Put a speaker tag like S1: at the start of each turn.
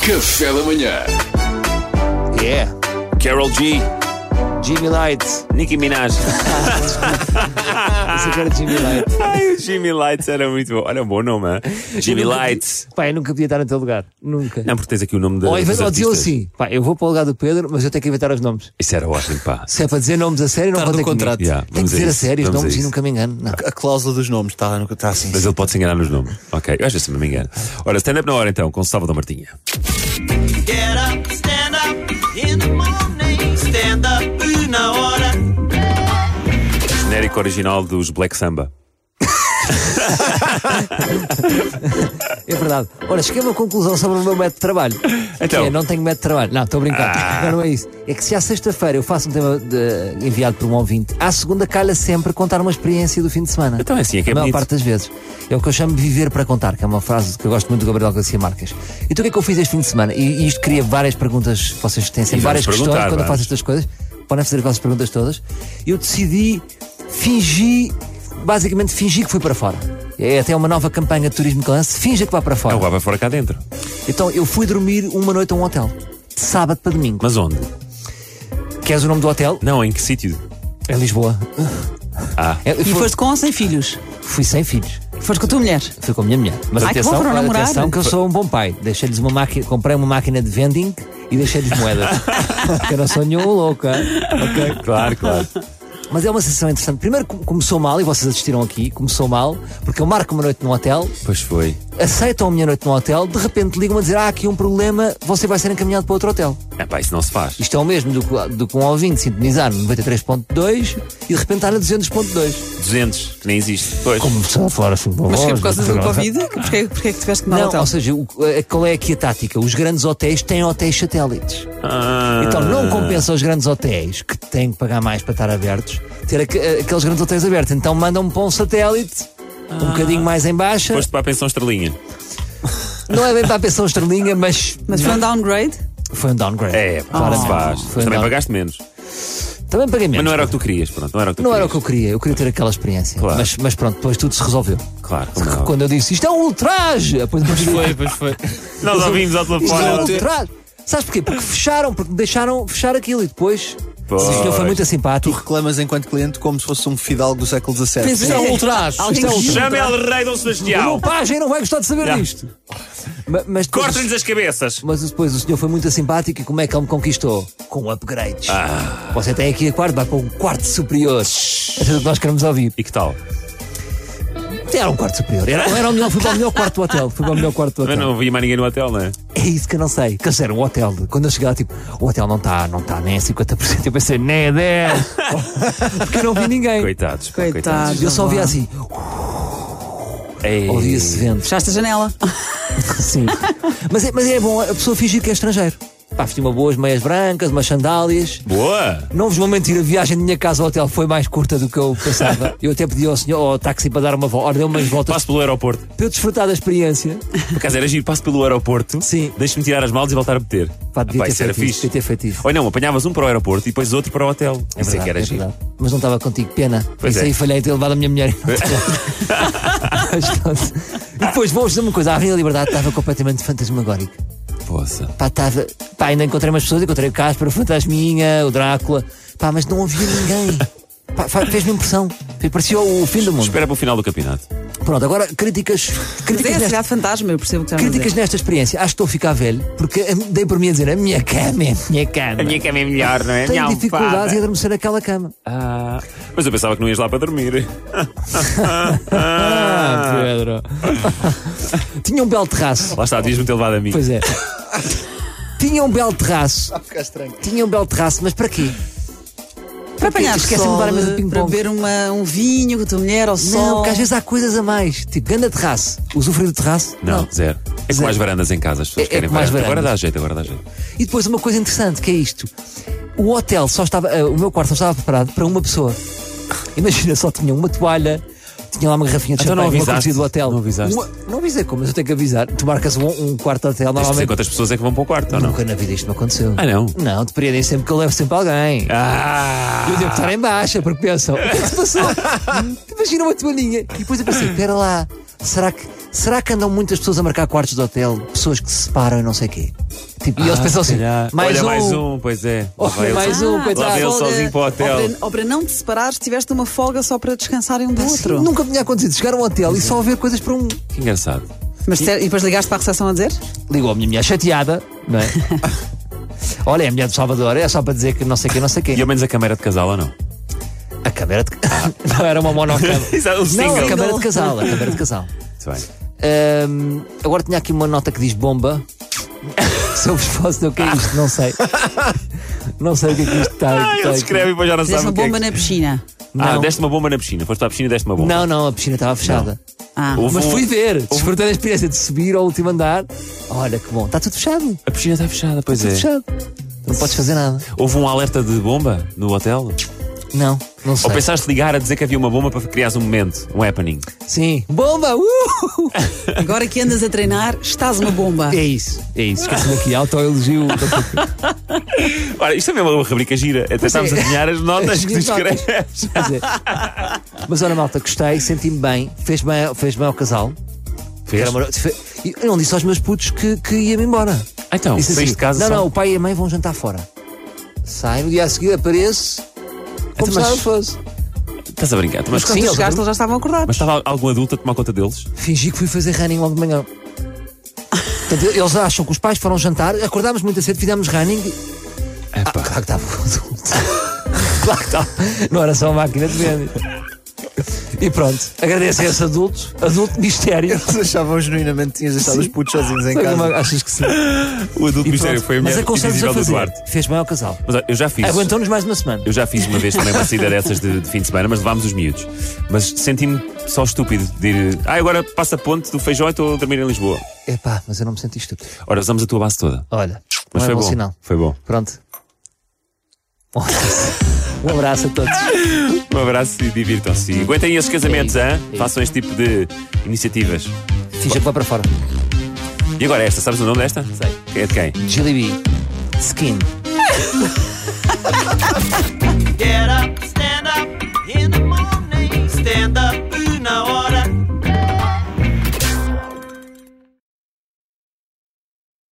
S1: Café da manhã.
S2: Yeah.
S3: Carol G,
S2: É. Jimmy Lights.
S3: Nicki Minaj.
S2: Esse cara é Jimmy Lights.
S3: Ai, o Jimmy Lights era muito bom. Olha, um bom nome, hein? Jimmy Lights.
S2: Pá, eu nunca podia estar no teu lugar. Nunca.
S3: Não, porque tens aqui o nome da.
S2: Ou,
S3: dos
S2: ou diziam
S3: artistas.
S2: assim: pá, eu vou para o lugar do Pedro, mas eu tenho que inventar os nomes.
S3: Isso era ótimo, pá.
S2: Se é para dizer nomes a sério, não
S4: Tá
S2: vou
S4: no
S2: ter comigo.
S4: contrato.
S3: Yeah,
S2: Tem
S3: vamos
S2: que
S3: a
S2: dizer a
S3: isso,
S2: sério os
S3: vamos a
S2: nomes e
S3: isso.
S2: nunca me engano. Não.
S4: A cláusula dos nomes está tá assim.
S3: Mas ele pode se enganar nos nomes. Ok, eu às vezes também me engano. Ora, stand-up na hora então, com Salvador Martinha.
S5: Get up, stand up in the morning. Stand up una hora.
S3: Genérico original dos Black Samba.
S2: É verdade. Ora, cheguei a uma conclusão sobre o meu método de trabalho.
S3: Então. Ah.
S2: Que é, não tenho método de trabalho. Não, estou a brincar. Não, não é isso. É que se à sexta-feira eu faço um tema de- enviado por um ouvinte, à segunda calha sempre contar uma experiência do fim de semana.
S3: Então é assim, é que é
S2: A maior
S3: bonito.
S2: parte das vezes. É o que eu chamo de viver para contar, que é uma frase que eu gosto muito do Gabriel Garcia Marques. Então o que é que eu fiz este fim de semana? E, e isto cria várias perguntas, vocês têm sempre
S3: E vamos
S2: várias questões
S3: perguntar,
S2: quando eu
S3: vamos.
S2: faço estas coisas. Podem fazer as vossas perguntas todas. Eu decidi fingir, basicamente fingir que fui para fora. É até uma nova campanha de turismo que lance, finja que vá para fora.
S3: Não, agora vai É fora cá dentro.
S2: Então eu fui dormir uma noite a um hotel. De sábado para domingo.
S3: Mas onde?
S2: Queres o nome do hotel?
S3: Não, em que sítio?
S2: É Lisboa.
S3: Ah.
S2: É,
S6: E
S2: fui-
S6: foste com ou sem filhos?
S2: Fui sem filhos.
S6: Foste com a tua mulher?
S2: Fui com a minha mulher. Mas
S6: Ai, que
S2: atenção,
S6: bom, foram namorar.
S2: atenção, que eu sou um bom pai. Deixei-lhes uma máquina, comprei uma máquina de vending e deixei-lhes moedas. que eu não sou nenhum louco, hein? ok?
S3: Claro, claro.
S2: Mas é uma sensação interessante. Primeiro com- começou mal, e vocês assistiram aqui, começou mal, porque eu marco uma noite num hotel,
S3: Pois foi.
S2: aceitam a minha noite num hotel, de repente ligam-me a dizer: Ah, aqui há um problema, você vai ser encaminhado para outro hotel.
S3: É pá, isso não se faz.
S2: Isto é o mesmo do, que- do que um ouvinte sintonizar no 93.2 e de repente estar a 200.2.
S3: 200, que nem existe. Pois.
S2: Começou a falar assim com
S6: Mas foi
S2: voz,
S6: por causa
S2: não
S6: do
S2: sei lá.
S6: Covid? Porquê, porquê é que tiveste mal
S2: Não,
S6: hotel?
S2: ou seja, o- a- qual é aqui a tática? Os grandes hotéis têm hotéis satélites.
S3: Ah,
S2: Então não compensa os grandes hotéis que têm que pagar mais para estar abertos, ter aque- eh, aqueles grandes hotéis abertos. Então mandam-me para um satélite.
S3: Ah.
S2: Um bocadinho mais em baixa,
S3: Foste para a pensão estrelinha.
S2: não é bem para a pensão estrelinha, mas,
S6: Mas foi um downgrade?
S2: foi um downgrade.
S3: É, pá, não se faz. Mas
S2: Foi
S3: também
S2: não.
S3: pagaste menos.
S2: Também paguei menos.
S3: Mas não é- era o que tu querias, pronto. Não era o que tu
S2: Não era o
S3: querias.
S2: que eu queria, eu queria ter aquela experiência.
S3: Claro.
S2: Mas, mas pronto, depois tudo se resolveu.
S3: Claro, como não.
S2: Quando eu disse isto é um ultraje, depois depois
S4: Foi, pois foi.
S3: Nós ouvimos ao
S2: isto é um
S3: telefone.
S2: ultraje. Sabes porquê? Porque fecharam, porque me deixaram fechar aquilo e depois.
S3: Pois.
S2: O senhor foi muito
S4: Tu
S2: simpático.
S4: reclamas enquanto cliente como se fosse um fidalgo do século XVII.
S2: Pois é.
S4: ultraje.
S6: Alguém
S2: é um
S6: que-
S3: Chama El Rei
S2: O
S3: Dom
S2: meu
S3: Sebastião.
S2: pajem não vai gostar de saber
S3: Não.
S2: disto. Ma- Mas depois,
S3: Corta-lhes as cabeças.
S2: mas depois o senhor foi muito simpático e como é que ele me conquistou? Com upgrades.
S3: Ah.
S2: Você tem aqui a quarto, vai para um quarto superior. É tudo o que nós queremos ouvir.
S3: E que tal?
S2: Era um quarto superior. Era, era o melhor, fui para o melhor quarto do hotel. Fui para o melhor quarto do
S3: Mas
S2: hotel.
S3: não havia mais ninguém no hotel, não é?
S2: É isso que eu não sei. Que eles eram o hotel. Quando eu cheguei lá, tipo, o hotel não está não tá nem a 50%. Eu pensei, nem a 10. Porque eu não vi ninguém.
S3: Coitados. pá,
S6: Coitado.
S2: Eu só ouvia assim,
S3: Ei.
S2: ouvia-se vento.
S6: Fechaste a janela.
S2: Sim. Mas é, mas é bom a pessoa fingir que é estrangeiro. Pá, vesti uma boas meias brancas, umas sandálias.
S3: Boa!
S2: Não vos vou mentir, a viagem da minha casa ao hotel foi mais curta do que eu pensava. Eu até pedi ao senhor, ao táxi, para dar uma volta. Ora, deu umas voltas
S3: Passo pelo aeroporto.
S2: para eu desfrutar da experiência.
S3: Por acaso era giro, passo pelo aeroporto.
S2: Sim.
S3: Deixa-me tirar as malas e voltar a meter.
S2: Pá, devia
S3: Ah,
S2: ter
S3: isso era
S2: feito isso.
S3: fixe.
S2: Devia ter feito isso.
S3: Ou não, apanhavas um para o aeroporto e depois outro para o hotel.
S2: É
S3: isso é que era
S2: verdade, é
S3: giro.
S2: verdade. Mas não estava contigo, pena.
S3: Pois
S2: Isso
S3: é.
S2: aí falhei em ter levado a minha mulher. Mas pronto. e depois vou-vos dizer uma coisa: a Avenida Liberdade estava completamente fantasmagórica.
S3: Poça.
S2: Pá, estava. Pá, ainda encontrei umas pessoas, encontrei o Casper, o Fantasminha, o Drácula. Pá, mas não havia ninguém. Pá, fa- fez-me impressão. Parecia o, o fim do mundo.
S3: Espera para o final do campeonato.
S2: Pronto, agora críticas.
S6: Mas é
S2: Críticas,
S6: a
S2: nesta,
S6: cidade fantasma, eu percebo o que estás a
S2: críticas
S6: dizer.
S2: nesta experiência. Acho que estou a ficar velho, porque eh, dei por mim a dizer: a minha cama é a minha cama.
S3: cama é melhor, não é?
S2: Tenho dificuldades em adormecer naquela cama.
S3: Ah, mas eu pensava que não ias lá para dormir.
S2: Ah, Pedro. Tinha um belo terraço.
S3: Lá está, devias-me ter levado a mim.
S2: Pois é. Tinha um belo terraço. Tinha um belo terraço, mas para quê?
S6: Para apanhar
S2: Esquece-me de
S6: sol,
S2: levar a mesa de
S6: para
S2: ping-pong.
S6: beber uma- um vinho com a tua mulher
S2: Não,
S6: ao sol.
S2: porque às vezes há coisas a mais. Tipo, ganda terraço. Usufruir do terraço?
S3: Não, zero. É como
S2: Zero.
S3: mais varandas em casa, as pessoas
S2: É- é
S3: querem
S2: com mais
S3: varanda. Agora
S2: varandas.
S3: dá jeito, agora dá jeito.
S2: E depois uma coisa interessante, que é isto. O hotel só estava, ah, o meu quarto só estava preparado para uma pessoa. Imagina, só tinha uma toalha, tinha lá uma garrafinha de
S3: Então não
S2: champanhe, uma cortesia
S3: avisaste?
S2: do hotel.
S3: Não avisaste?
S2: Uma- não avisei como, mas eu tenho que avisar. Tu marcas um, um quarto de hotel
S3: Tens de dizer
S2: normalmente.
S3: quantas pessoas é que vão para o quarto, ou não?
S2: Nunca na vida isto me aconteceu.
S3: Ah, não?
S2: Não, depreendem sempre que eu levo sempre alguém. Eu devo
S3: Ah!
S2: estar em baixa, porque pensam, o que é que se passou? Imagina uma toalhinha. E depois eu pensei, espera lá, será que Será que andam muitas pessoas a marcar quartos de hotel? Pessoas que se separam e não sei o quê. Tipo, e eles pensam assim, mais,
S3: Ah, Olha,
S2: um,
S3: mais um, pois é.
S2: Olha,
S3: Lá vai ele
S6: Ah,
S2: mais
S3: sozinho.
S2: um, coitado.
S3: Lá vai ele
S6: folga-
S3: sozinho para o hotel.
S6: Ou para, ou para não te separares, tiveste uma folga só para descansarem um do
S2: Assim,
S6: outro.
S2: Nunca me tinha acontecido chegar a um hotel e só ver coisas para um.
S3: Que engraçado.
S6: Mas, sério, e depois ligaste para a recepção a dizer?
S2: Ligou a minha mulher chateada, não é? Olha, é a mulher do Salvador, é só para dizer que não sei o quê, não sei o quê.
S3: E ao menos a câmara de casal ou não?
S2: A câmera de. não, era uma monocama.
S3: Exato, um
S2: não, a
S3: single.
S2: câmera de casal, a câmera de casal.
S3: Muito bem.
S2: Ahm, agora tinha aqui uma nota que diz bomba. Sobre propósito, o que é isto? Não sei. Não sei o que é que isto está.
S3: Ah,
S2: está
S3: ele
S2: aqui.
S3: escreve e depois já não
S6: Fizeste
S3: sabe
S6: uma
S3: o que é.
S6: bomba na piscina.
S3: que- Ah,
S2: Não.
S3: deste uma bomba na piscina. Foste para a piscina e deste uma bomba.
S2: Não, não, a piscina estava fechada.
S6: Ah,
S3: Houve
S2: Mas
S3: um-
S2: fui ver, desfrutei da experiência de subir ao último andar. Olha que bom, está tudo fechado.
S3: A piscina está fechada, pois é.
S2: Fechado. Não podes fazer nada.
S3: Houve um alerta de bomba no hotel?
S2: Não, não sei.
S3: Ou pensaste ligar a dizer que havia uma bomba para criares um momento, um happening?
S2: Sim. Bomba! Uh!
S6: agora que andas a treinar, estás uma bomba.
S2: É isso, é isso. Esqueci-me aqui, autoelogio.
S3: Ora, isto também é uma rubrica gira. Até estávamos a desenhar as notas que tu
S2: As minhas
S3: escreves.
S2: Quer dizer, Mas olha, malta, gostei, senti-me bem, fez bem, fez bem ao casal. Era amor- fe- e Eu não disse aos meus putos que, que ia-me embora.
S3: Ah, Então,
S2: disse assim,
S3: saíste de casa
S2: não,
S3: só.
S2: não, o pai e a mãe vão jantar fora. Sai, no dia a seguir apareço, como
S3: Então,
S2: se
S3: mas-
S2: nada fosse.
S3: Estás a brincar. Mas,
S6: Mas quando
S3: sim,
S6: tu
S3: eles-
S6: chegaste, eles já estavam acordados.
S3: mas estava algum adulto a tomar conta deles?
S2: Fingi que fui fazer running logo de manhã. Portanto, eles acham que os pais foram jantar, acordámos muito cedo, fizemos running. Ah, claro que estava um adulto. claro que estava. Não era só uma máquina de vender. E pronto, agradeço a esse adulto, adulto mistério.
S4: Eles achavam genuinamente que tinhas deixado os putos sozinhos em casa.
S2: Achas que sim?
S3: O adulto
S2: E
S3: mistério
S2: pronto.
S3: foi a
S2: Mas
S3: mulher
S2: aconselho-vos a
S3: invisível do
S2: fazer.
S3: Duarte.
S2: Fez bem ao casal.
S3: Mas olha, eu já fiz.
S2: Aguentou-nos mais uma semana.
S3: Eu já fiz uma vez também uma saída dessas de, de fim de semana, mas levámos os miúdos. Mas senti-me só estúpido de ir. Ah, agora passa a ponte do feijão e estou a dormir em Lisboa.
S2: Epá, mas eu não me senti estúpido.
S3: Ora, usamos a tua base toda.
S2: Olha, não
S3: Mas foi
S2: é bom,
S3: bom.
S2: sinal.
S3: Foi bom.
S2: Pronto. Um abraço. um abraço a todos.
S3: Um abraço e divirtam-se. E Aguentem esses casamentos, hã? Façam este tipo de iniciativas.
S2: Finja que vai para fora.
S3: E agora esta, sabes o nome desta?
S2: Sei.
S3: É de quem?
S2: Jilly B. Skin.